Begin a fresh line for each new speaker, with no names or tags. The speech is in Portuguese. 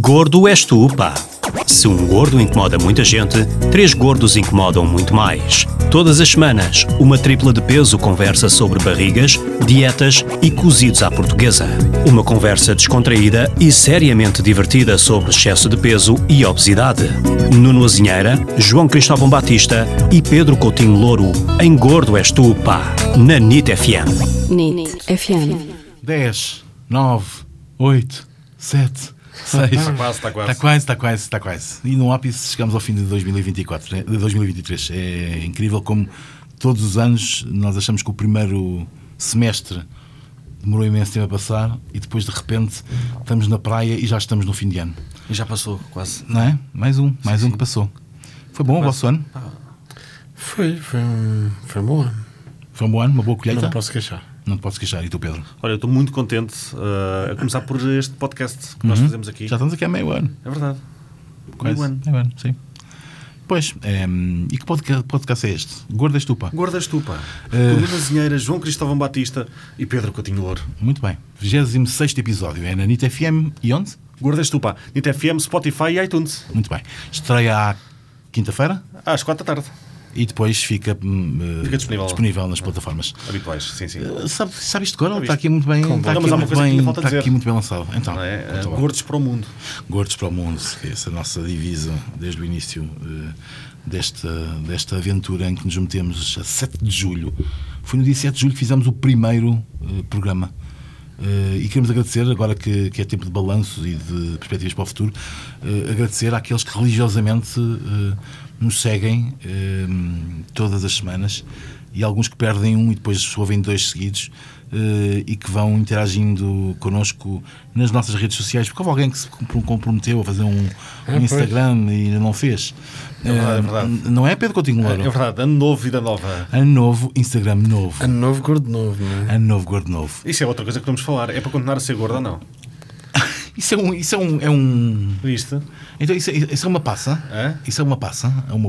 Gordo és tu, pá. Se um gordo incomoda muita gente, três gordos incomodam muito mais. Todas as semanas, uma tripla de peso conversa sobre barrigas, dietas e cozidos à portuguesa. Uma conversa descontraída e seriamente divertida sobre excesso de peso e obesidade. Nuno Azinheira, João Cristóvão Batista e Pedro Coutinho Louro em Gordo és tu, pá, na NIT FM.
NIT FM.
10, 9, 8, 7, 6. Está
Tá quase, está quase.
Está Tá quase, está quase, está quase. E no ápice chegamos ao fim de 2024, né? de 2023. É incrível como todos os anos nós achamos que o primeiro semestre demorou imenso tempo a passar e depois de repente estamos na praia e já estamos no fim de ano.
E já passou, quase.
Não é? Mais um, mais um que passou. Foi bom o vosso ano?
Tá.
Foi, foi, um- foi boa.
Foi um bom ano, uma boa
Não
colheita?
me posso queixar.
Não te posso queixar. E tu, Pedro?
Olha, eu estou muito contente eh, a começar por este podcast que nós fazemos aqui.
Já estamos aqui há meio ano.
É verdade.
Quase.
Meio ano.
Meio ano, sim. Pois, ehm, e que podca- podcast é este? Gorda Estupa.
Guarda estupa. Uh... Azinheira, João Cristóvão Batista e Pedro Coutinho Louro.
Muito bem. 26 episódio. É na NIT FM e onde?
Guarda estupa. Nite FM, Spotify e iTunes.
Muito bem. Estreia à quinta-feira
Às quatro da tarde.
e depois fica, hum, eh,
Fica disponível.
nas plataformas.
Habituais, sim, sim.
Eh, Sabe, sabe isto agora? Está aqui muito bem, está
bom.
aqui
Mas há uma
muito
coisa que
bem,
ainda falta
está
dizer.
aqui muito bem lançado. Então,
Não é? Eh,
conta lá.
gordos para o mundo.
Gordos para o Mundo, essa é a nossa divisa desde o início eh, desta, desta aventura em que nos metemos a 7 de julho. Foi no dia 7 de julho que fizemos o primeiro eh, programa. Eh, e queremos agradecer, agora que, que é tempo de balanços e de perspectivas para o futuro, eh, agradecer àqueles que religiosamente eh, nos seguem eh, todas as semanas e alguns que perdem um e depois ouvem dois seguidos eh, e que vão interagindo connosco nas nossas redes sociais, porque houve alguém que se compro- comprometeu a fazer um, um
pois.
Instagram e ainda não fez.
verdade, é
Eh,
verdade.
Não é, Pedro Coutinho
É
Louro?
verdade. Ano novo, vida nova.
Ano novo, Instagram novo.
Ano novo, gordo novo, não é?
Ano novo, gordo novo.
Isso é outra coisa que vamos falar. É para continuar a ser gordo ou não?
Isso é um. Isso é um, é um
Viste?
então, isso é, isso é uma passa?
É?
Isso é uma passa? É uma